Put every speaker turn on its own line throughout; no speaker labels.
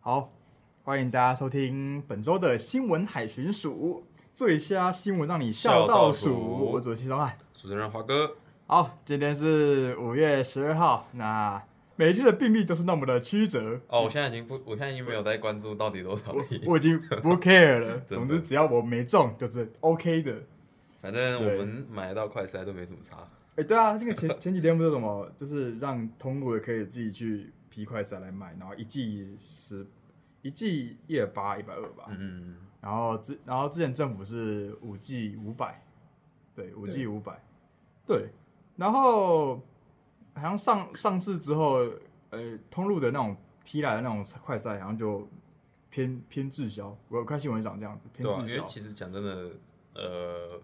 好，欢迎大家收听本周的新闻海巡署最瞎新闻，让你笑到
笑到
数。
数
我主持人汉。
主持人华哥，
好，今天是五月十二号，那每日的病例都是那么的曲折，
哦，我现在已经不，我现在已经没有在关注到底多少例，
我已经不 care 了。
的
总之，只要我没中，就是 OK 的。
反正
对
我们买到快筛都没怎么差。
哎、对啊，那个前前几天不是有什么，就是让通路的可以自己去批快筛来买，然后一剂十，一剂一百八、一百二吧。
嗯，
然后之然后之前政府是五 G 五百，对，五 G 五百，对，然后好像上上市之后，呃，通路的那种踢来的那种快赛，好像就偏偏滞销。我有看新闻讲这样子，偏
对啊，因
滞
为
销。
其实讲真的，呃，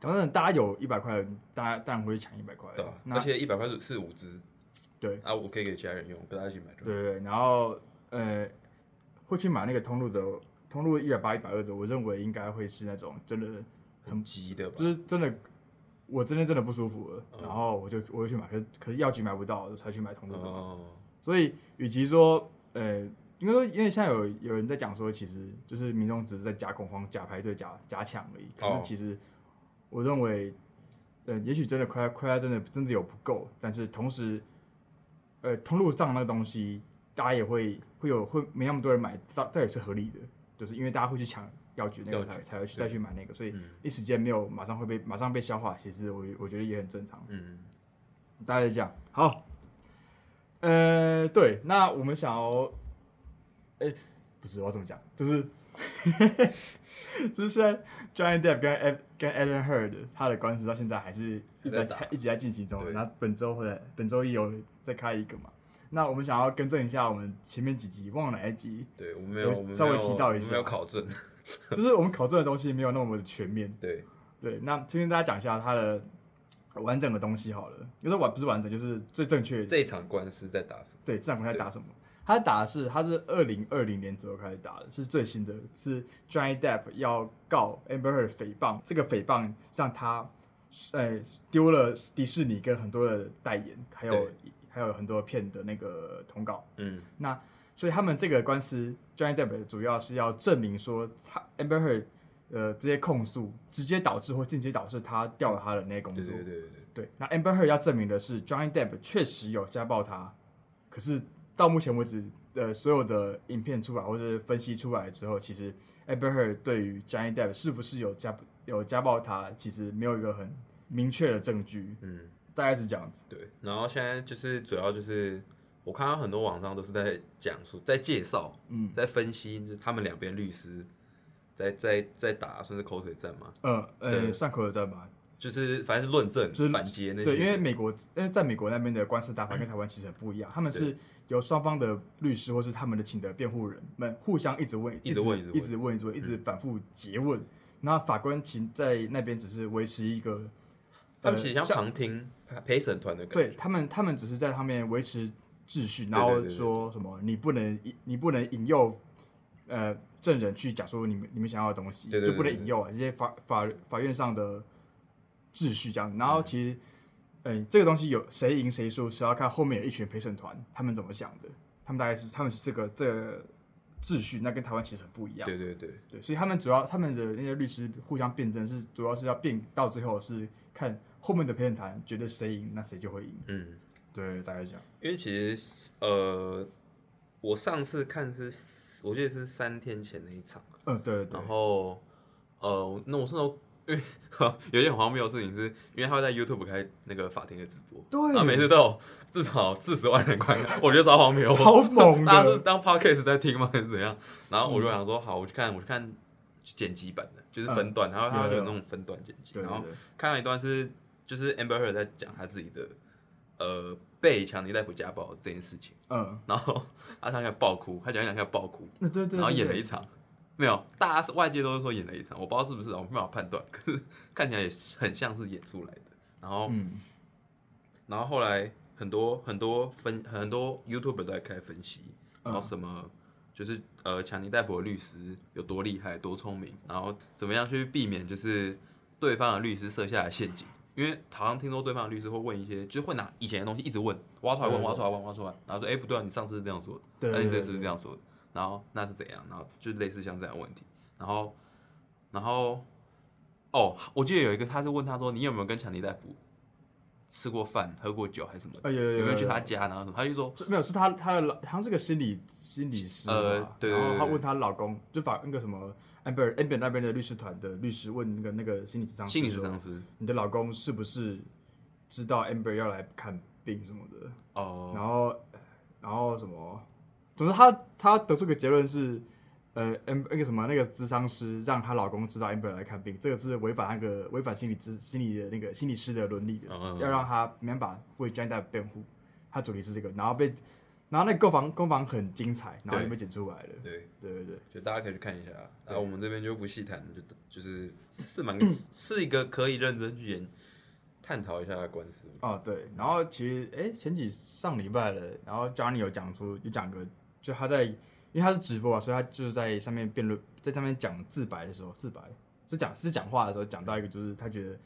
反正大家有一百块的，大家当然会去抢一百块的。
对啊，
那
而且一百块是五支
对
啊，我可以给其他人用，跟大家一起买就好。
对对，然后呃，会去买那个通路的，通路一百八、一百二的，我认为应该会是那种真的
很急的吧？
就是真的，我真的真的不舒服了，
嗯
然后我就我就去买，可是可是药局买不到，我才去买同路的。
哦，
所以与其说，呃，应该说，因为现在有有人在讲说，其实就是民众只是在假恐慌、假排队、假假抢而已。可
哦
是其实我认为，呃，也许真的快快真的真的有不够，但是同时，呃，通路上那个东西，大家也会会有会没那么多人买，这这也是合理的，就是因为大家会去抢。药局那个
药
才
局
才会去再去买那个，所以
嗯
一时间没有马上会被马上被消化，其实我我觉得也很正常。
嗯，
大概是这样。好，呃，对，那我们想要，哎、不是我要怎么讲，就是 就是现在 Johnny Depp 跟 Ed, 跟 Alan Heard 他的官司到现在还是一直在
还在打
一直在进行中，
对
然后本周会本周一有再开一个嘛。那我们想要更正一下，我们前面几集忘了哪一 集，
对，我们没有，
我
我们没有
稍微提到一下
我们没有考证。
就是我们考证的东西没有那么的全面。
对，
对，那先跟大家讲一下它的完整的东西好了，有时候完不是完整，就是最正确的
这一场官司在打什么？
对，这场比赛打什么？他打的是他是二零二零年左右开始打的，是最新的，是 Johnny Depp 要告 Amber Heard 诽谤，这个诽谤让他呃丢了迪士尼跟很多的代言，还有
对
还有很多片的那个通告。
嗯，
那所以他们这个官司，Johnny Depp 主要是要证明说他 Amber Heard 呃这些控诉直接导致或间接导致他掉了他的那些工
对
作。
对对对对，
对，那 Amber Heard 要证明的是 Johnny Depp 确实有家暴她，可是到目前为止，呃，所有的影片出来或者分析出来之后，其实 Amber Heard 对于 Johnny Depp 是不是有家有家暴她，其实没有一个很明确的证据，
嗯。
大概是这样子。
对，然后现在就是主要就是我看到很多网上都是在讲述、在介绍、
嗯
在分析，就是他们两边律师在在在打算是口水战嘛，
呃呃，
对
算口耳战吧，
就是反正是论证、
就是
反击那些。
对，因为美国，因为在美国那边的官司打法跟台湾其实很不一样，他们是由双方的律师或是他们的请的辩护人们互相一直问，
一直问嗯
一
一
直
直
问，一直问，一直反复诘问。那法官其实在那边只是维持一个，
他们其实像
呃像
旁听陪审团的感觉。
对他们，他们只是在上面维持秩序，然
对对
后
对对
说什么你不能，你不能引诱。呃，证人去讲说你们你们想要的东西，
对对对
就不能
对对
引诱啊，这些法法法院上的秩序这样。然后其实，嗯、这个东西有谁赢谁输是要看后面有一群陪审团他们怎么想的，他们大概是他们是这个这个秩序，那跟台湾其实很不一样。
对对对
对，所以他们主要他们的那些律师互相辩证是主要是要辩到最后是看后面的陪审团觉得谁赢，那谁就会赢。
嗯，
对，大概这样。
因为其实呃，我上次看是我记得是三天前那一场。
嗯，对对对
然，后呃，那我那时候因为 有一件很荒谬的事情是，因为他会在 YouTube 开那个法庭的直播，
对
然后啊每次都有至少四十万人观看，我觉得超荒谬，
超猛
大家是
的。
当 podcast 在听吗？还是怎样？然后我就想说，好，我去看，我去看剪辑版的，就是分段，然后它
有有
会有那种分段剪辑，
嗯对
然
对
后
对，
看到一段是就是 Amber Heard 在讲她自己的呃被强尼戴普家暴这件事情，
嗯，
然后她想想爆哭，她讲一讲要爆哭，
那对对对，
然后演
对
了一场，没有，大家外界都是说演了一场，我不知道是不是啊，我没办法判断，可是看起来也很像是演出来的。然后，
嗯，
然后后来很多很多分很多 YouTube 都在开分析，然后什么、就是呃强尼戴普的律师有多厉害、多聪明，然后怎么样去避免就是对方的律师设下的陷阱。因为好像听说对方的律师会问一些，就是会拿以前的东西一直问，挖出来问，
对
挖出来问，挖出来，然后说，哎、不对啊，你上次是这样说的，
对
那
对
你这
对
次是这样说的，然后那是怎样，然后就类似像这样的问题，然后然后哦，我记得有一个他是问他说你有没有跟强尼大夫吃过饭、喝过酒还是什么的，
哎有有有
没有去
有
他
有
家，然后什么，他就说
这没有，是她她的老，好像是个心理心理师吧
呃对对
然后
对
她
对
问她老公，就把那个什么 Amber Amber 那边的律师团的律师问那个那个心理咨商师
心理咨
说
商师
你的老公是不是知道 Amber 要来看病什么的？
哦，
然后然后什么？总之她，她得出个结论是，呃，Amber 那个什么那个咨商师让她老公知道 Amber 来看病，这个是违反那个违反心理咨心理的那个心理师的伦理的，
嗯嗯嗯
要让他没办法为 j a n d 辩护。他主题是这个，然后被然后那个攻防攻防很精彩，然后就被剪出来了。
对，
对对对，
就大家可以去看一下，啊然
对
后我们这边就不细谈，就就是是蛮是一个可以认真去研探讨一下的官司，
哦对，然后其实哎前几上礼拜了，然后 Johnny 有讲出有讲个，就他在因为他是直播啊，所以他就是在上面辩论，在上面讲自白的时候，自白是讲是讲话的时候讲到一个，就是他觉得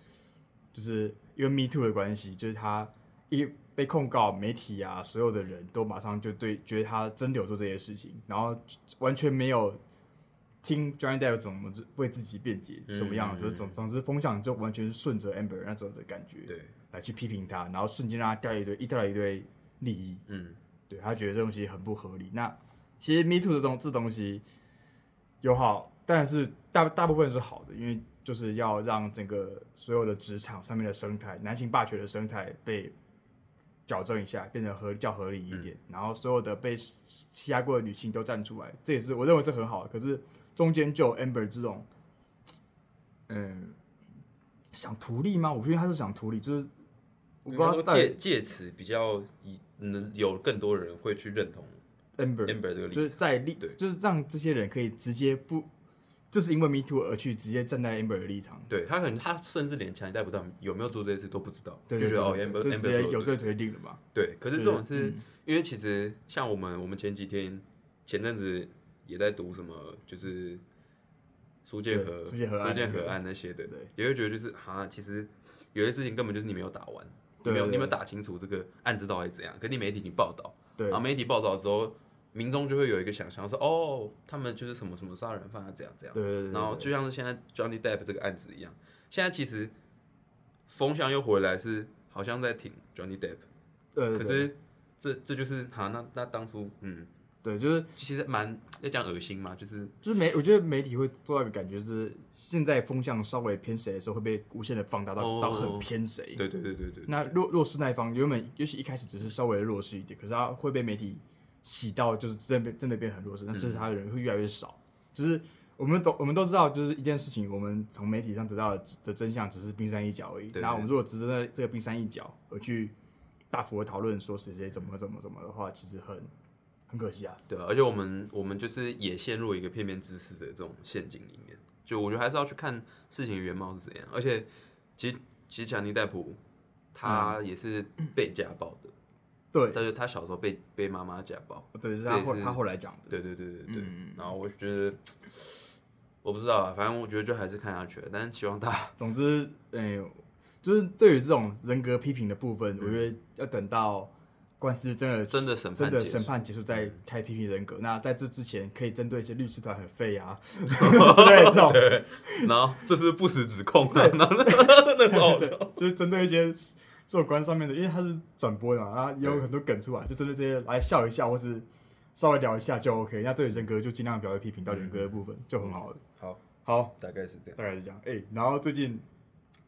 就是因为 Me Too 的关系，就是他一被控告，媒体啊所有的人都马上就对觉得他真的有做这些事情，然后完全没有。听 Johnny Depp 怎么为自己辩解，什么样，
嗯
就是总总之风向就完全是顺着 Amber 那种的感觉。
对，
来去批评他，然后瞬间让他掉一堆，一掉一堆利益，
嗯，
对他觉得这东西很不合理。那其实 Me Too 这东这东西有好，但是大大部分是好的，因为就是要让整个所有的职场上面的生态，男性霸权的生态被矫正一下，变得合较合理一点，然后所有的被欺压过的女性都站出来，这也是我认为是很好的。可是中间就有 Amber 这种，嗯，想图利吗？我觉得他是想图利，就是我不知
应该
道
说
到底
借借此比较以能有更多人会去认同
Amber
Amber 这个例
就是
子，
在立，
对
就是让这些人可以直接不，就是因为 Me Too 而去直接站在 Amber 的立场，
对他可能他甚至连强尼戴普到底有没有做这些事都不知道，
对
就
对
觉得哦
对
Amber
就直
Amber
接
说的
有罪
对
推定了嘛？
对，可是这
就是
种是、
嗯
因为其实像我们我们前几天前阵子也在读什么，就是苏建和
对苏建和案
建
那
和
个
案那些的
对，
也会觉得就是哈，其实有些事情根本就是你没有打完，你
对
没有
对
你没有
对
打清楚这个案子到底怎样，可是你媒体已经报道，
对
然后媒体报道之后，民众就会有一个想象说哦，他们就是什么什么杀人犯啊，这样这样。
对对对，
然后就像是现在 Johnny Depp 这个案子一样，现在其实风向又回来是好像在挺 Johnny Depp，
呃，对
可是这这就是哈，那那当初嗯，
对，就是
其实蛮要讲恶心嘛，就是
就是媒，我觉得媒体会做到一个感觉是，现在风向稍微偏谁的时候，会被无限的放大
哦
到到很偏谁。
对对对对对，
那弱弱势那一方原本也许一开始只是稍微弱势一点，可是他会被媒体洗到，就是真的变真的变很弱势，那
嗯
支持他的人会越来越少。就是我们总我们都知道，就是一件事情，我们从媒体上得到的的真相只是冰山一角而已。
对
然后我们如果只是在这个冰山一角而去大幅的讨论说谁谁怎么怎么怎么的话，其实很很可惜啊。
对啊，而且我们我们就是也陷入一个片面之词的这种陷阱里面，就我觉得还是要去看事情的原貌是怎样，而且其实其实强尼戴普
嗯
他也是被家暴的，
对
但是他小时候被被妈妈家暴，
对，是他
这
后
也是
他后来讲的。
对对对对对。
嗯
然后我就觉得，我不知道啊，反正我觉得就还是看下去了，但是希望大家
总之，嗯、就是对于这种人格批评的部分，我觉得要等到官司真的
嗯真的审判
真的
结束嗯
审判结束再开批评人格。那在这之前，可以针对一些律师团很废啊 之类的这种，
对，然后这是不实指控的，然后 那那时候
对，就是针对一些做官上面的，因为他是转播的嘛，然后也有
对
很多梗出来，就针对这些来笑一笑，或是稍微聊一下就 OK。那对于人格就尽量不要批评到人格的部分，就很好了。
好，
好，
大概是这样。
大概是这样。哎、然后最近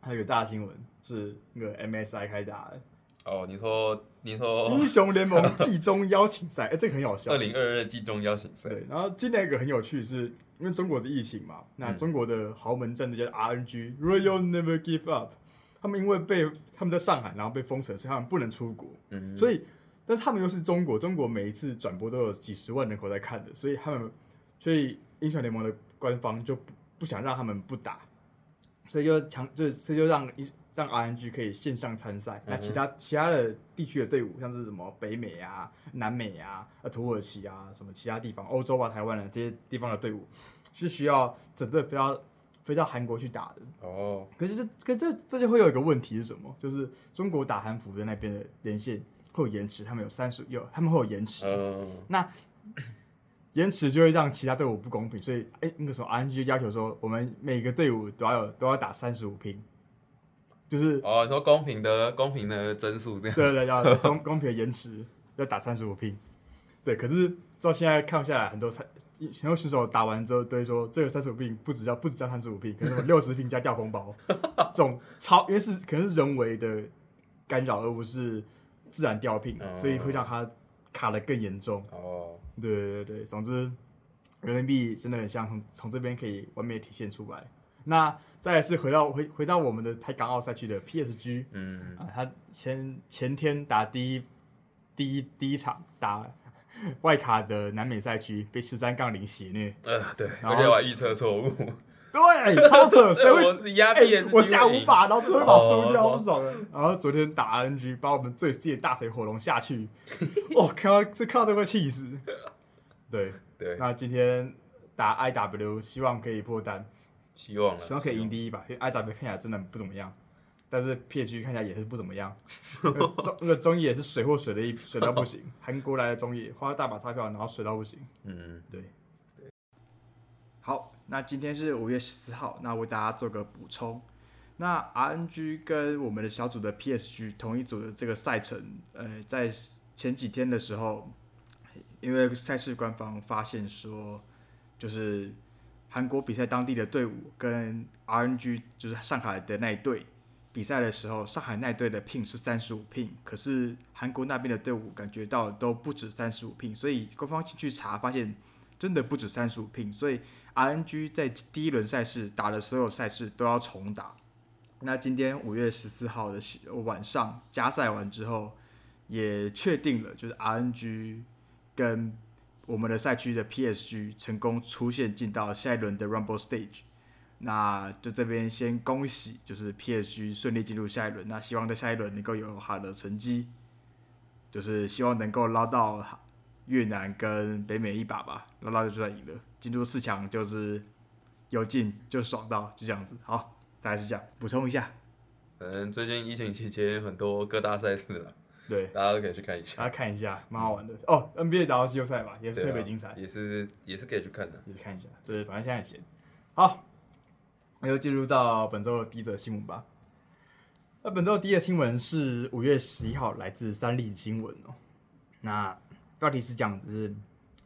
还有个大新闻是那个 MSI 开打的、
哦，你说你说
英雄联盟季中邀请赛，哎、这个很好笑
哦二。零二二季中邀请赛，
对，然后今年有个很有趣是，因为中国的疫情嘛，
嗯
那中国的豪门战队叫 RNG、Royal Never Give Up，他们因为被他们在上海，然后被封城，所以他们不能出国，
嗯，
所以但是他们又是中国，中国每一次转播都有几十万人口在看的，所以他们所以英雄联盟的官方就不不想让他们不打，所以就强就是所以就让一让 RNG 可以线上参赛，那其他其他的地区的队伍，像是什么北美啊、南美啊、啊土耳其啊，什么其他地方、欧洲啊、台湾啊这些地方的队伍，是需要整队飞到飞到韩国去打的。
哦，
可是这可这这就会有一个问题是什么？就是中国打韩服的那边
呃
的连线会有延迟，他们有三十有他们会有延迟。
嗯，
那延迟就会让其他队伍不公平，所以哎、那个时候 RNG 就要求说，我们每个队伍都要有都要打三十五拼，就是
哦，你说公平的公平的帧数这样，
对对对， 要公公平的延迟要打三十五拼，对。可是照现在看下来，很多赛很多选手打完之后都会说，这个三十五拼不止叫不止叫三十五拼，可能六十拼加掉风包，这种超因为是可能是人为的干扰，而不是自然掉拼，所以会让它卡的更严重。
哦，
对对对对，总之人民币真的很像从从这边可以完美地体现出来。那再来是回到回回到我们的台港澳赛区的 PSG，
嗯，
啊，他前前天打第一第一第一场打 外卡的南美赛区被十三杠零血虐，
呃，对，
后
而且我还预测 错误，
对，超 扯，谁会
我自己压
哎
币也是
我
机会
下五
赢，
把，然后最后一把
哦
输掉，
我
不爽了。然后昨天打 RNG，把我们最 C 的大腿火龙下去， 我、哦、看到这看到这会气死。对，
对，
那今天打 IW，希望可以破单，
希望了，
希望可以赢第一吧，因为 IW 看起来真的不怎么样，但是 PSG 看起来也是不怎么样。那个中那个中野也是水货水的一水到不行，韩国来的中野花大把钞票，然后水到不行。
嗯，
对，好，那今天是五月十四号，那为大家做个补充。那 RNG 跟我们的小组的 PSG 同一组的这个赛程，呃，在前几天的时候，因为赛事官方发现说，就是韩国比赛当地的队伍跟 RNG 就是上海的那一队比赛的时候，上海那一队的 pin 是三十五 pin，可是韩国那边的队伍感觉到都不止三十五 pin，所以官方进去查发现真的不止三十五 pin，所以 RNG 在第一轮赛事打的所有赛事都要重打。那今天五月十四号的晚上加赛完之后，也确定了就是 RNG 跟我们的赛区的 PSG 成功出线进到下一轮的 Rumble Stage。那就这边先恭喜，就是 PSG 顺利进入下一轮。那希望在下一轮能够有好的成绩，就是希望能够捞到越南跟北美一把吧，捞到就算赢了。进入四强就是有进就爽到，就这样子。好，大概是这样，补充一下。
可能最近疫情期间很多各大赛事了，
对，
大家都可以去看一
大
下，
家看一下，蛮好玩的哦。NBA 打到季后赛吧，也是
对啊
特别精彩，
也是也是可以去看的，
也是看一下。对，反正现在很闲。好，那就进入到本周的第一则新闻吧。那本周的第一则新闻是五月十一号来自三立新闻哦。那标题是这样子：是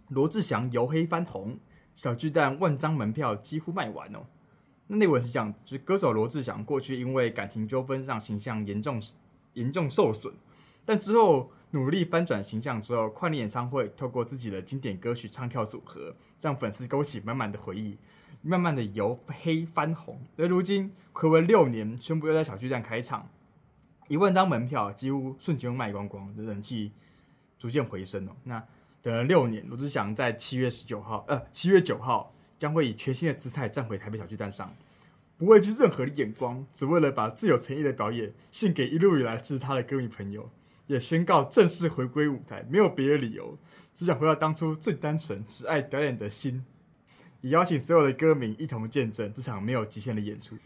罗志祥由黑翻红，小巨蛋万张门票几乎卖完哦。那内文是这样子，就是歌手罗志祥过去因为感情纠纷让形象严重严重受损，但之后努力翻转形象之后，跨年演唱会透过自己的经典歌曲唱跳组合，让粉丝勾起满满的回忆，慢慢的由黑翻红。而如今暌违六年，宣布要在小巨蛋开场，一万张门票几乎瞬间卖光光，人气逐渐回升哦。那等了六年，罗志祥在七月十九号，呃，七月九号将会以全新的姿态站回台北小巨蛋上。不畏惧任何的眼光，只为了把最有诚意的表演献给一路以来支持他的歌迷朋友，也宣告正式回归舞台，没有别的理由，只想回到当初最单纯、只爱表演的心。也邀请所有的歌迷一同见证这场没有极限的演出。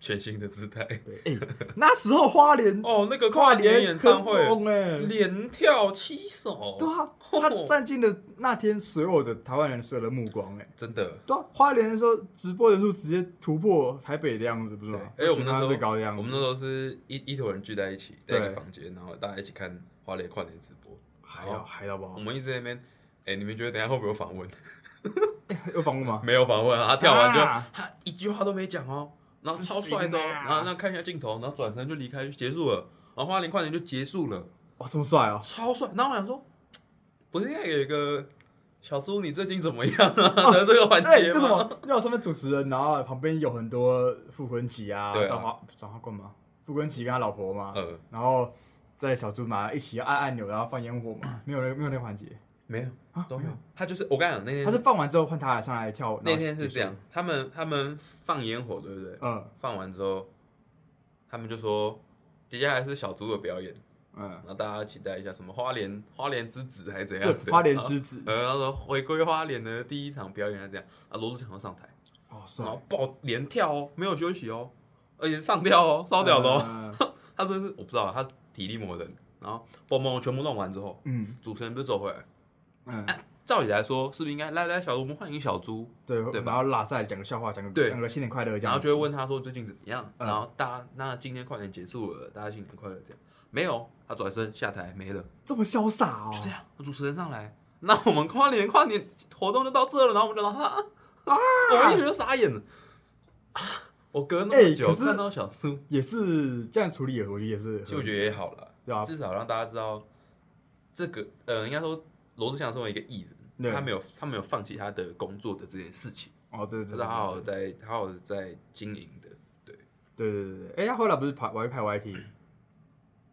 全新的姿态，
对，哎、那时候花莲
哦，那个
跨
跨年演唱会，嗯
很猛哎、
连跳七首，
对啊，
哦
他占尽了那天所有的台湾人所有的目光哎、
真的。
对啊，花莲的时候直播人数直接突破台北的样子，不是吗？
哎，我们那时
全台
候
啊湾最高的样子，
我们那时候是一一坨人聚在一起，在一个
对
房间，然后大家一起看花莲跨年直播。
嗨到嗨到爆
我！们一直在那边，哎，你们觉得等一下会不会有访问？
有访问吗？
没有访问啊，他跳完就
啊
他一句话都没讲哦，然后超帅的哦，
不行啊
然后那看一下镜头，然后转身就离开，就结束了。然后花莲跨年就结束了，
哇，这么帅 哦！
超帅。然后我想说，不是应该有一个小猪，你最近怎么样 啊？的这个环
对，哦
节
哎就什
吗？
么要上面主持人，然后旁边有很多傅昆奇啊
对，啊
张华张华棍嘛，傅昆奇跟他老婆嘛，
呃，
然后在小猪嘛一起按按钮，然后放烟火嘛，没有那没有那个环节
没有，
啊，
都没有。哦他就是我跟你讲，那
他是
天
放完之后换他上来跳，
那
然后
天是
结束
这样，，他们他们放烟火，对不对？
嗯
放完之后，他们就说。接下来是小猪的表演，
嗯，
然后大家期待一下什么花莲花莲之子还是怎样
对
的？，
花莲
然后
之子，
呃，他说回归花莲的第一场表演是这样啊，罗志祥要上台，
哦，帅
然，后爆连跳哦，没有休息哦，而且是上吊哦，烧掉的哦，
嗯，
他真是我不知道他体力磨人，然后蹦蹦全部弄完之后，
嗯
主持人不是走回来，
嗯，
照理来说，是不是应该来来小猪，我们欢迎小猪，
对
对吧
然后拉塞讲个笑话，讲个
对
讲个新年快乐这样
然后
子，
就会问他说最近怎么样，
嗯
然后大家那今天快点结束了，大家新年快乐这样。没有，他转身下台没了，
这么潇洒哦，
就这样。主持人上来，那我们跨年跨年活动就到这了，然后我们就哈啊，我们一群人傻眼了。啊我隔那
哎
么久
可是
看到小猪，
也是这样处理，我觉得也是合理，
其实我觉得也好了，
对啊
至少让大家知道这个呃，应该说罗志祥身为一个艺
对
人，他没有他没有放弃他的工作的这件事情，
哦，对对对
他是
对
好好
对
在好好的在经营的，对，
对对对对，哎，他后来不是拍我还拍 YT，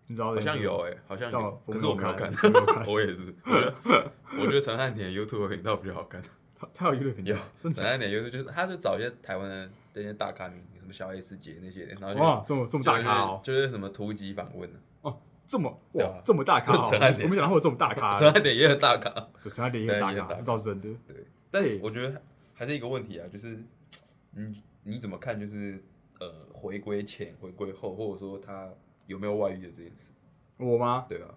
你知道
好
这件
像
事
有哎、好像
但
有，
我
可是我
没
没
有
有看
看我没有，
我也是，我觉得我觉得陈汉典 YouTube 频道比较好看，
他他有娱乐频
有
道，真
陈
的
汉典 YouTube 就是他就找一些台湾的那些大咖明星，什么小 S 姐那些，然后
假
就
的哇，这么这么大咖哦，
就是就是什么突击访问啊，
这么
对
哇
啊
这么大咖哦，
就是
我
陈汉典
们讲会有这么大咖，
陈汉典也很大咖。
对陈汉典也很大
对也很
咖，
大咖
这倒是真的，
对，但
对
我觉得还是一个问题啊，就是你你怎么看？就是呃，回归前、回归后，或者说他有没有外遇的这件事？
我吗？
对啊，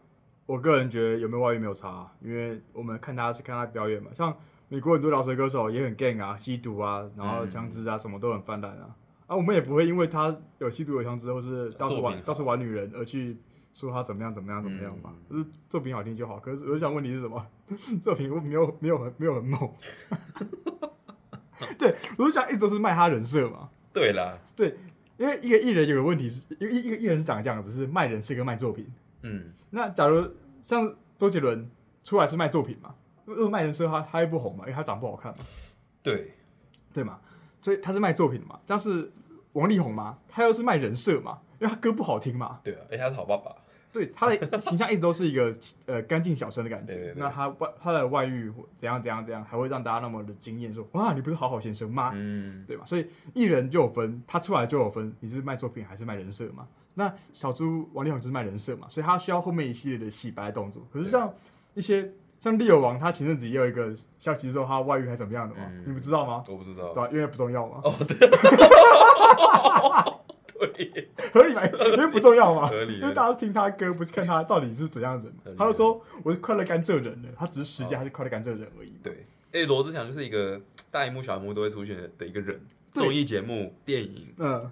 我个人觉得有没有外遇没有差，啊因为我们看他是看他表演嘛，像美国很多饶舌歌手也很 gang 啊，吸毒啊，然后
嗯
枪支啊，什么都很泛滥啊。啊，我们也不会因为他有吸毒、有枪支，或是到处
作品
玩
好
到处玩女人而去说他怎么样、怎么样、怎么样嘛。
嗯
就是作品好听就好。可是我想问题是什么？ 作品没有没有很没有很 猛。对，我就想一直都是卖他人设嘛。
对啦，
对，因为一个艺人有个问题是，一个一个艺人是长这样子，是卖人设跟卖作品。
嗯，
那假如像周杰伦出来是卖作品嘛，如果卖人设他他会不红嘛，因为他长不好看嘛，
对，
对嘛？所以他是卖作品嘛。但是王力宏嘛，他又是卖人设嘛，因为他歌不好听嘛，
对啊，而且他是好爸爸，
对他的形象一直都是一个 呃干净小生的感觉。
对对对
那他外他的外遇怎样怎样怎样，还会让大家那么的惊艳，说哇你不是好好先生吗？
嗯，
对吧？所以艺人就有分，他出来就有分，你是卖作品还是卖人设嘛？那小猪王力宏就是卖人设嘛，所以他需要后面一系列的洗白动作。可是
啊
像一些像利友王，他前阵子也有一个消息说他外遇还怎么样的嘛，
嗯
你们知道吗？
我不知道
对，吧、因为不重要嘛，
哦， 对，对，
合理吧？因为不重要嘛，
合理
因 为大家是听他歌，不是看他到底是怎样的人嘛
合。理哦
他就说我是快乐甘蔗人了，他只是时间还是快乐甘蔗人而已嘛。
对。哎，罗志祥就是一个大荧幕、小荧幕都会出现的一个人，
对
综艺节目、电影，
嗯，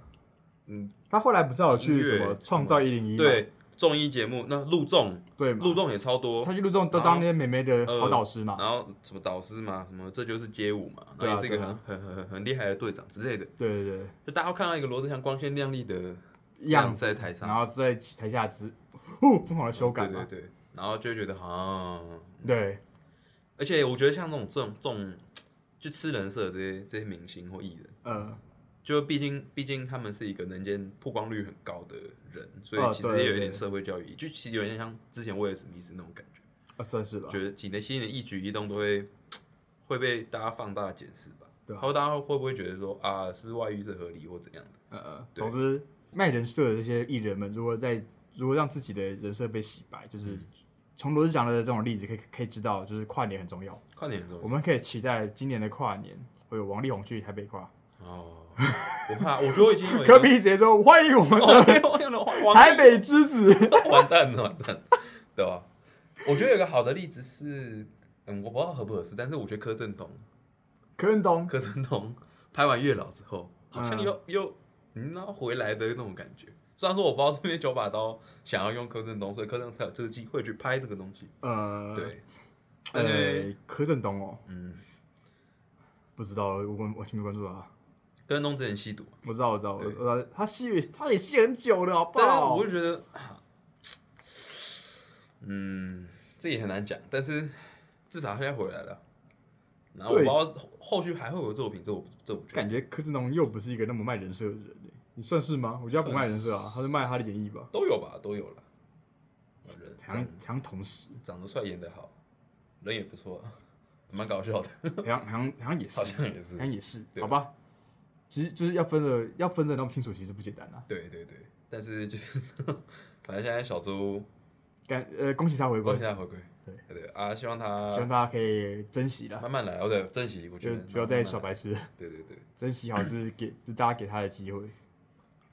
嗯，
他后来不是有
音
去
乐
什么创造一零一
对，综艺节目，那陆纵，
对嘛
陆，呃纵也超多，
他去录这种都
然后
当那些美眉的好导师嘛。
然后什么导师嘛，什么这就是街舞嘛，
对
然
啊
后也是一个
对
很、
啊
很很很厉害的队长之类的，
对对对。
就大家会看到一个罗志祥光鲜亮丽的
样子，
在台
然
上，
后在台下之哦疯狂的修改
对
嘛，
对对，然后就会觉得啊，
对
而且我觉得像这种这种这种就吃人设的这些这些明星或艺人，
呃
就毕竟毕竟他们是一个人间曝光率很高的人，所
啊
以其实
对
也有一
对
点社会教育，就其实有点像之前威尔史密斯那种感觉，
啊算是吧，
觉得几年新的一举一动都会会被大家放大检视吧。
对啊
还有大家会不会觉得说啊，是不是外遇是合理或怎样的？
呃呃，
对
总之卖人设的这些艺人们，如果在如果让自己的人设被洗白，就是从罗志祥的这种例子可以可以知道，就是跨年很重要，
快点走
我们可以期待今年的跨年会有王力宏去台北跨，
哦！我怕，我觉得我已经有一个
科比直接说欢迎我们
哦
的
没有没有没有完
台北之子，
完蛋了，完蛋了，对吧？我觉得有一个好的例子是，嗯，我不知道合不合适，但是我觉得柯震东，
柯震 东，
柯震东拍完《月老》之后，好像
嗯
又、又嗯，然后回来的那种感觉。虽然说我不知道是不是九把刀想要用柯震东，所以柯震东才有这个机会去拍这个东西。
呃，
对，但是
呃，柯震东哦，
嗯，
不知道，我完全没关注他。
柯震东之前吸毒，
我知道，我知道，我
对
知道，他吸也他也吸很久了，好不
但是
好
我？就觉得，啊嗯，这也很难讲。但是至少他现在回来了，然后我
对
不知道后后续还会有作品，这我不这我不确
感
定
觉柯震东又不是一个那么卖人设的人、欸，你算是吗？我觉得他不卖人设啊，他是卖他的演绎吧。
都有吧，都有了。我觉得
好像
长
好像同时，
长得帅，演得好，人也不错啊，蛮搞笑的，
好像好像好像也是，哎
好
好
像也是。
像也是，
对
好吧。其实就是要分的要分的那么清楚，其实不简单啊。
对对对，但是就是反正现在小猪
感呃，恭喜他回
我
归
现，在回归，
对
对啊，希望
希望大
他
家可以珍惜啦，
慢慢来，我得珍惜，我觉
就
得
不要再耍
慢慢
白痴，
来。对对 对，
珍惜好就是给就大家给他的机会。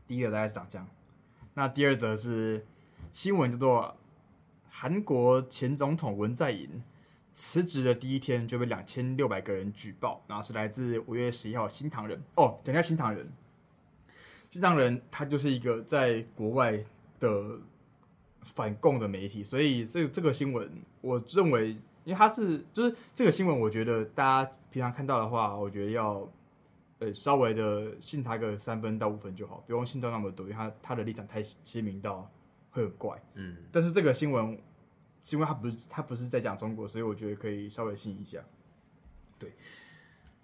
第一个大概是长这样，那第二则是新闻叫做韩国前总统文在寅辞职的第一天就被两千六百个人举报，然后是来自五月十一号新唐人哦，讲一下新唐人，新唐人他就是一个在国外的反共的媒体，所以这这个新闻，我认为，因为它是就是这个新闻，我觉得大家平常看到的话，我觉得要呃稍微的信他个三分到五分就好，不用信到那么多，因为他他的立场太鲜明到会很怪。
嗯，
但是这个新闻，是因为它不是它不是在讲中国，所以我觉得可以稍微信一下。对，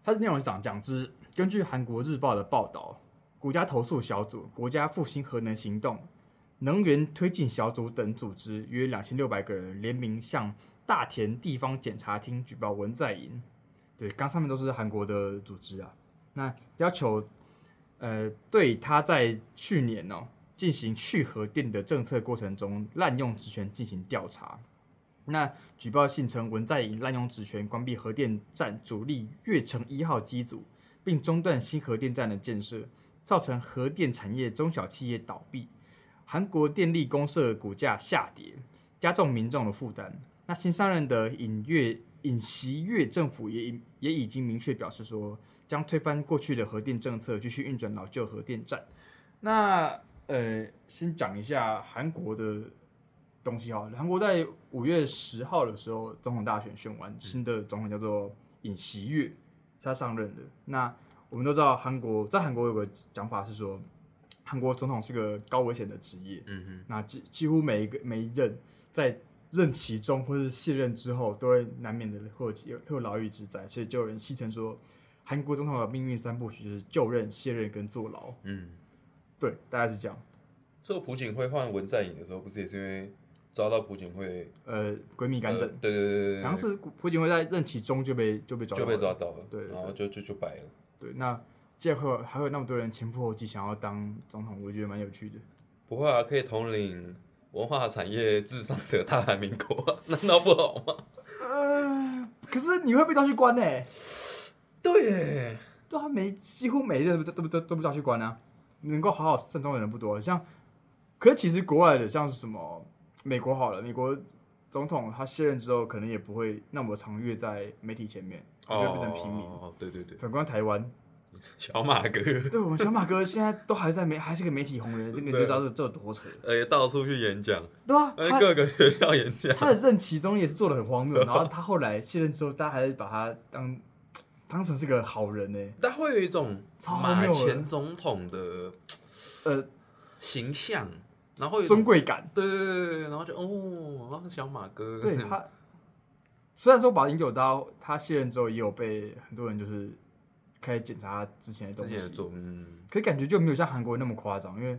它的内容是讲讲之，根据韩国日报的报道，国家投诉小组、国家复兴核能行动、能源推进小组等组织约两千六百个人联名向大田地方检察厅举报文在寅。对，刚上面都是韩国的组织啊，那要求呃对他在去年哦、进行去核电的政策过程中滥用职权进行调查。那举报信称文在寅滥用职权关闭核电站主力月城一号机组，并中断新核电站的建设，造成核电产业中小企业倒闭，韩国电力公社股价下跌，加重民众的负担。那新上任的尹月尹锡月政府也已也已经明确表示说，将推翻过去的核电政策，继续运转老旧核电站。那呃，先讲一下韩国的东西哈。韩国在五月十号的时候，总统大选选完，新的总统叫做尹锡月，是他上任的。那我们都知道，韩国在韩国有个讲法是说，韩国总统是个高危险的职业。
嗯哼，
那几几乎每一个每一任在任期中或是卸任之后，都会难免的会有有会有牢狱之灾，所以就有人戏称说，韩国总统的命运三部曲就是就任、卸任跟坐牢。
嗯，
对，大概是这样。
最后朴槿惠换文在寅的时候，不是也是因为抓到朴槿惠
呃，闺蜜干
呃
政，
对对对对对，
然后是朴槿惠在任期中就被就被抓到
就
了
被抓到了，
对对
然后就就就白了。
对，那结果还有那么多人前赴后继想要当总统，我觉得蛮有趣的。
不会啊，可以统领文化产业至上的大韩民国啊， 难道不好吗？
呃，可是你会被抓去关呢、
对耶，
对啊，每几乎每一任都都都都被抓去关啊。能够好好慎终的人不多，像，可是其实国外的像是什么美国好了，美国总统他卸任之后，可能也不会那么常跃在媒体前面，就会变成平民。
哦，对对对，
反观台湾，
小马 哥，
对我们小马哥现在都还在媒，还是个媒体红人，这个你
啊
就知道这这有多扯。
呃，到处去演讲，
对啊，
呃，
他
各个学校演讲，
他的任期中也是做的很荒谬，然后他后来卸任之后，大家还是把他当当成是个好人呢、
他会有一种
超荒
马
谬的
前总统的
呃，
形象，然后有一
尊
种
贵感。
对对对对对，然后就哦，然后小马哥，
对他，虽然说把零九刀他卸任之后，也有被很多人就是开始检查他之前的
之
东
前也
西，
做，嗯，
可感觉就没有像韩国那么夸张，因为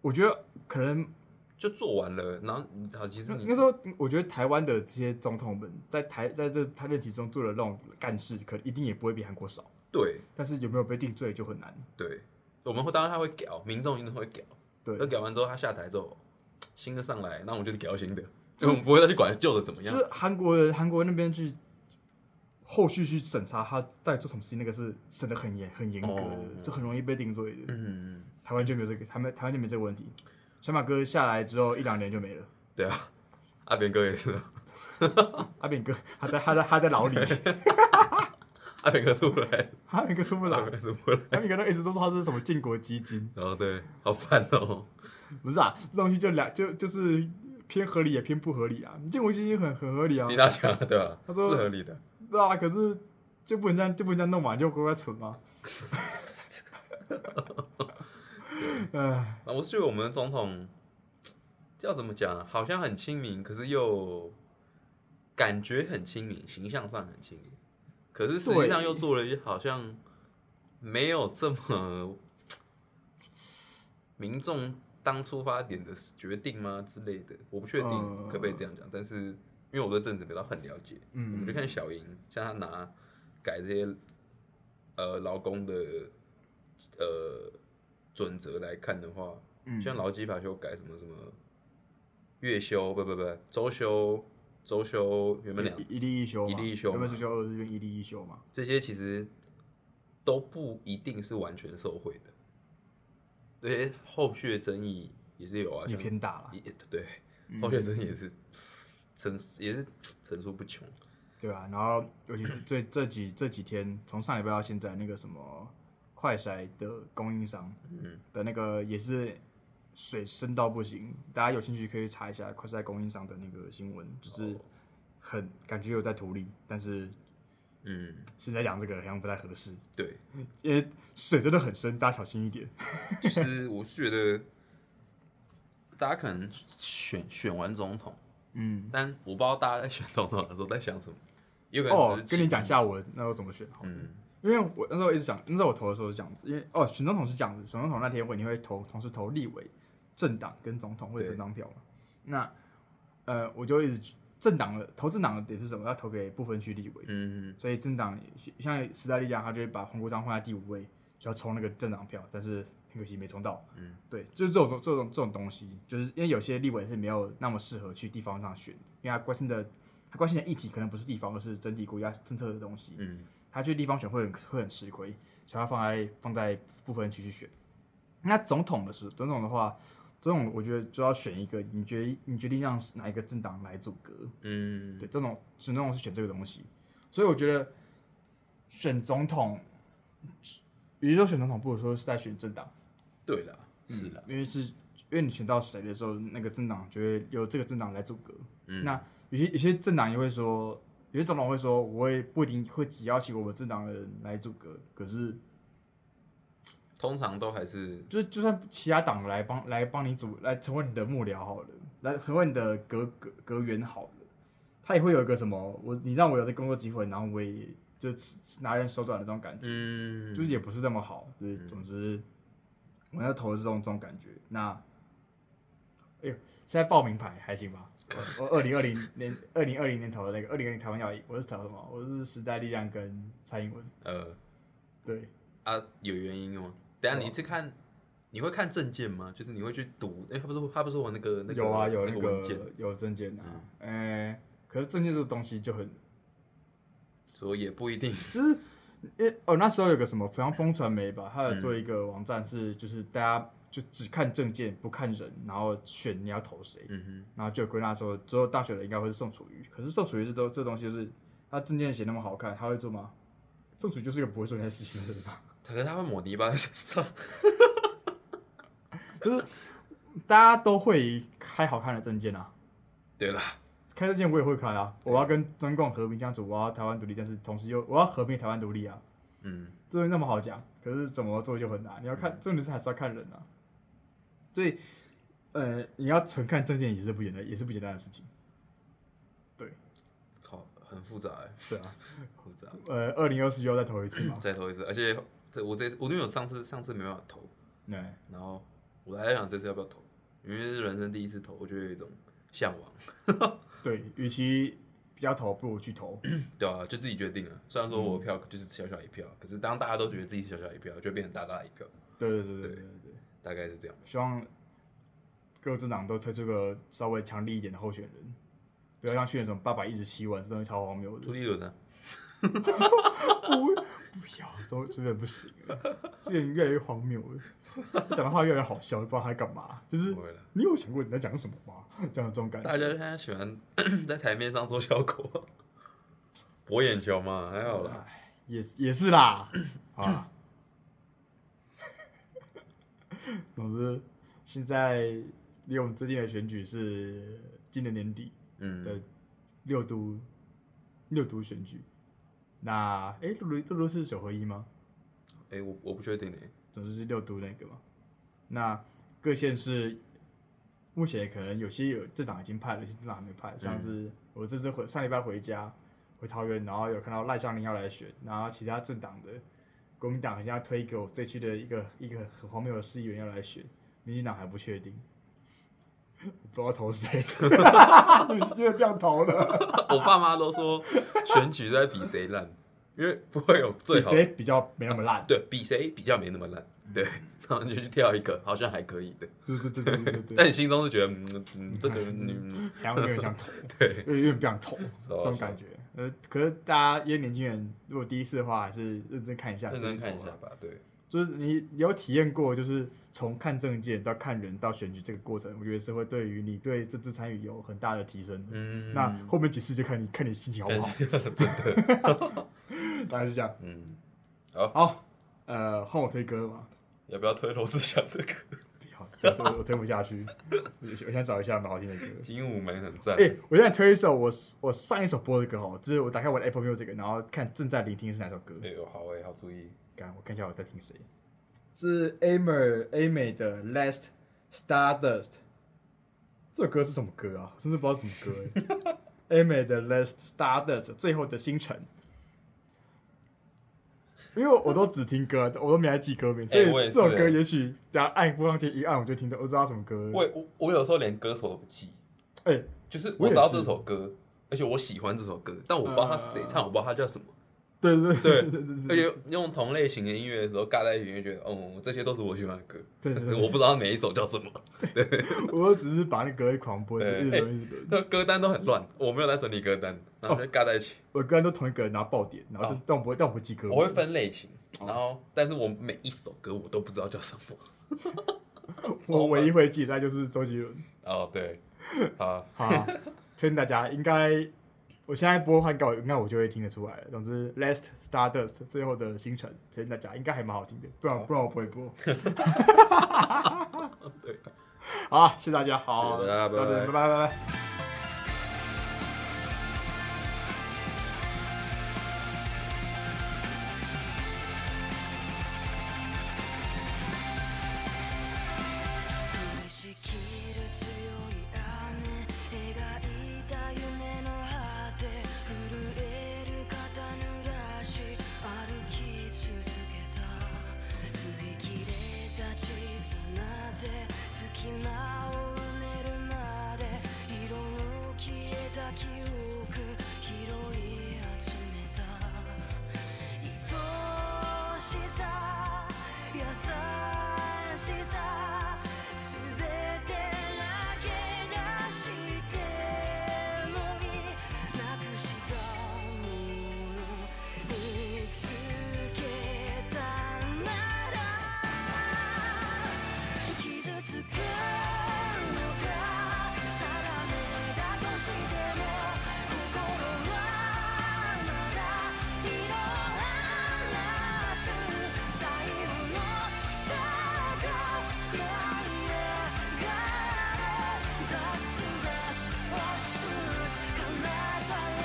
我觉得可能
就做完了，然后你好，其实
应
你
该说，我觉得台湾的这些总统们在台在这他任期中做的那种干事，可一定也不会比韩国少。
对
但是有没有被定罪就很难。
对，我们会当然他会屌，民众一定会屌。
对，
那改完之后，他下台之后，新的上来，那我们就是搞新的，就我们不会再去管旧的怎么
就
样。
是韩国人，韩国那边去后续去审查他在做什么事情，那个是审的很严很严格的，
哦
就很容易被定罪的。
嗯，
台湾就没有这个，台湾台湾就没这个问题。小马哥下来之后一两年就没了，
对啊，阿扁哥也是，
阿扁哥他在他在他在牢 里，
阿扁哥出 不来，
阿扁哥出不来
阿，扁哥出不来。
阿扁哥都一直都说他是什么建国基金，
然后对，好烦哦。
不是啊，这东西就两就就是偏合理也偏不合理啊。建国基金很很合理啊，
李大强对吧？
他
是
说
合理的，
对啊，可是就不能这样，就不能这样弄嘛，你就乖乖存嘛。唉，
啊我是觉得我们的总统要怎么讲啊，好像很亲民，可是又感觉很亲民，形象上很亲民，可是实际上
对
又做了一些好像没有这么民众当出发点的决定吗之类的，我不确定
嗯
可不可以这样讲，但是因为我对政治比较很了解，
嗯
我们就看小英，像他拿改这些呃劳工的呃准则来看的话，
嗯
像劳基法修改什么什么月休不不不周休周休原本两
一一例一休嘛，
一例一休嘛
原本是休二日变一例一休嘛。
这些其实都不一定是完全受贿的，这些后续的争议也是有啊，
也
像嗯
偏大了。嗯
哦 也对后续的争议也是层也是层出不穷，
对啊，然后尤其是最这几这几天，从上礼拜到现在，那个什么快筛的供应商，嗯，的那个也是水深到不行，大家有兴趣可以查一下快筛供应商的那个新闻，
哦
就是很感觉有在图利，但是
嗯，
现在讲这个好像不太合适，
对，
因为水真的很深，大家小心一点。
其实我是觉得，大家可能选选完总统，
嗯，
但我不知道大家在选总统的时候在想什么，有可能
哦
只是，
跟你
期
讲一下我那时候怎么选好了，
嗯
因为我那时候一直想，那时候我投的时候是这样子，因为哦，选总统是这样子，选总统那天会你会投同时投立委、政党跟总统或者
对
政党票嘛。那呃，我就一直政党的投政党的点是什么？要投给不分区立委，
嗯
所以政党像时代力量，他就会把黄国章放在第五位，就要冲那个政党票，但是很可惜没冲到。
嗯，
对，就是这种这种这种东西，就是因为有些立委是没有那么适合去地方上选，因为他关心的他关心的议题可能不是地方，而是整体国家政策的东西。
嗯
他去地方选会很会很吃亏，所以他放在放在部分区去选。那总统的是总统的话，总统我觉得就要选一个，你决你决定让哪一个政党来组阁，
嗯，
对，这种只能我是选这个东西，所以我觉得选总统，与其说选总统，不如说是在选政党，
对啦，是啦，
因为是因为你选到谁的时候，那个政党就会由这个政党来组阁。
嗯
那有些有些政党也会说，有些总统会说，我也不一定会只邀请我们政党的人来组阁，可是嗯
通常都还是
就是就算其他党来帮来帮你组来成为你的幕僚好了，来成为你的阁阁阁员好了，他也会有一个什么我你让我有这工作机会，然后我也就吃吃拿人手短的这种感觉，
嗯，
就是也不是那么好。就是总之，我要投的是这种这种感觉。那，哎呦，现在报名牌还行吧？我我二零二零年二零二零年投的那个二零二零台湾要赢，我是投什么？我是时代力量跟蔡英文。
呃
对，
啊有原因的吗？等一下你
啊
是看你会看证件吗？就是你会去读？哎，他不是他不是我那个那个
有啊，有
那
那
个文件，
个有证件啊，嗯、可是证件这个东西就很
所以也不一定
就是，因为哦那时候有个什么，好像风传媒吧，他有做
嗯
一个网站是，就是大家就只看证件不看人，然后选你要投谁，
嗯
然后就有归纳说，最后大选的应该会是宋楚瑜。可是宋楚瑜这都这东西就是，他证件写那么好看，他会做吗？宋楚瑜就是一个不会做那些事情的人啊吧。
哼，可是他会抹泥巴在身上，
大家都会开好看的证件啊，
对啦，
开证件我也会开啊，我要跟中共和平相处，我要台湾独立，但是同时又我要和平台湾独立啊，
嗯
这东西那么好讲，可是怎么做就很难。你要看，重点是还是要看人啊。所以，呃，你要纯看证件也是不简单，也是不简单的事情。
靠，很复杂哎，
对啊，
复杂。。
呃，二零二四又要再投一次嘛
再投一次，而且这我这次我因为我上次上次没办法投，
对，
然后我还在想这次要不要投，因为是人生第一次投，我就有一种向往，
对，与其不要投，不如去投。
对啊，就自己决定了。虽然说我的票就是小小一票，可是当大家都觉得自己是小小一票，就变成大大一票，
对对对对对对对，
大概是这样。
希望各政党都推出个稍微强力一点的候选人，不要像去年什么八百一十七万，这东西超荒谬的。
朱立伦呢？
不要，周周杰伦不行了，周杰伦越来越荒谬了，讲的话越来越好笑，不知道他在干嘛。就是
不会了，
你有想过你在讲什么吗？ 这样这种感
大
觉。
家现在喜欢在台面上做效果，博眼球嘛，还好 啦。
哎也是也是 啦，啊。 总之，现在离我们最近的选举是今年年底的
嗯，
六都六都选举。那哎，六都六都是九合一吗？
哎、我我不确定哎、
总之是六都那个嘛。那各县市目前可能有些有政党已经派了，有些政党还没派。
嗯
像是我这次回上礼拜回家回桃园，然后有看到赖香林要来选，然后其他政党的国民党好像要推一个我这区的一个一个很荒谬的市议员要来选，民进党还不确定。不知道投 谁， 因为不要投了，
我爸妈都说选举在比谁烂，因为不会有最
比
好的
谁比较没那么烂。
对比谁比较没那么烂，对，
嗯
然后你就去挑一个好像还可以的，
对对对对对对
但你心中是觉得嗯嗯这个嗯
然后有点想投，
对，
有点不想投，
是啊
这种感觉。呃，可是大家因为年轻人，如果第一次的话，还是认真看一下，
认真看一
自己
下
投啊。
吧，对，
就是你有体验过，就是从看证件到看人到选举这个过程，我觉得是会对于你对政治参与有很大的提升的。
嗯，
那后面几次就看你看你心情好不 好， 大概是这样。
嗯，
好，呃，换我推歌嘛，
要不要推罗志祥的歌？
不要，这样子我我推不下去。我我想找一下蛮好听的歌。
金武门很赞
哎、，我现在推一首我我上一首播的歌好了，就是我打开我的 Apple Music，然后看正在聆听是哪首歌。
哎呦，好哎，好注意。
看我看一下我在听谁，是 A 美 A 美的 Last Stardust。这首歌是什么歌啊？甚至不知道是什么歌、欸。A 美的 Last Stardust 最后的星辰。因为我都只听歌，啊我都没来记歌名，所以
欸我也
这
是
首歌
欸
也许等下按播放键一按我就听到，我知道什么歌了。
我我我有时候连歌手都不记，
哎、
就是
我
我
也
知道
是
这首歌，而且我喜欢这首歌，但我不知道他是谁唱，我不知道他叫什么。
对对 对 对
对哎
对
而
对
且用同类型的音乐的时候，尬在一起就觉得，嗯，这些都是我喜欢的歌，
对对
但是
对
我不知道每一首叫什么，
我只是把那歌狂播，
对哎
一直轮一直轮。
那歌单都很乱，我没有在整理歌单，然后就尬在一起。
我歌都同一个人，然后爆点，然后就
哦
但我不会，但我不会记歌名。
我会分类型，
哦
然后但是我每一首歌我都不知道叫什么。
我唯一会记得就是周杰伦。
哦，对，啊，
好啊，推荐大家应该，我现在播换稿，应该我就会听得出来了。总之，Last Stardust 最后的星辰，推荐大家应该还蛮好听的，不
好
然不然我不会播。
哦对，
好啊，谢谢大家，好，
谢谢大家拜拜
到这里拜拜拜拜。
降りしきる強い雨描いた夢の果て震える肩濡らし歩き続けた擦り切れた小さな手隙間を埋めるまで色の消えた記憶拾い集めた愛しさ優しさすべて投げ出してもいいなくしたもの見つけたなら傷つくのか定めだとしても心はまだ色あつ最後のスターダストが出し出し Shoes 彼方へ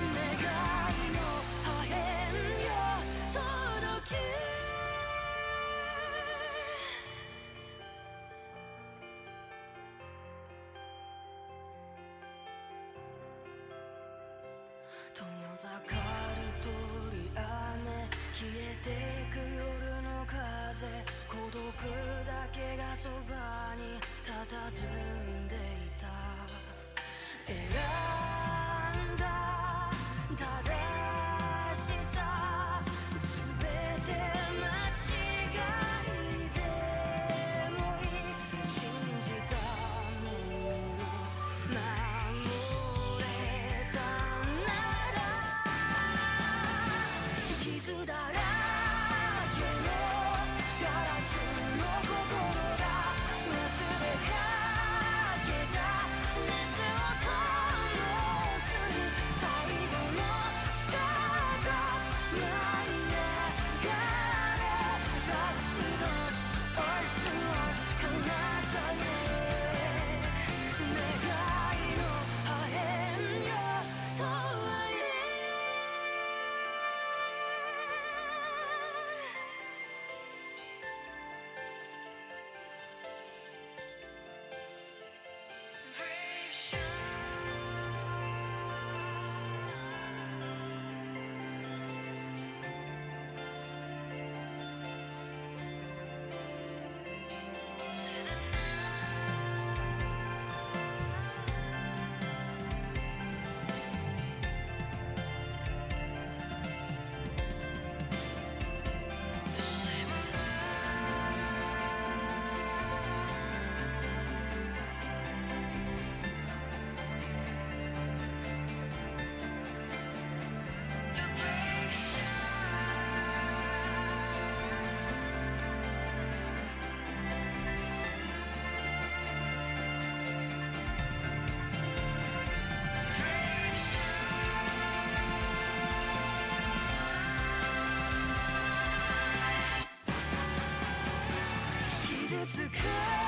願いの破片よ届け遠ざかる通り雨消えてく夜の風孤独だけがそばに佇んでいた選んだ正しさすべて間違いでもいい信じたもの守れたなら傷だらけのガラスの心が忘れかけた熱を灯るつか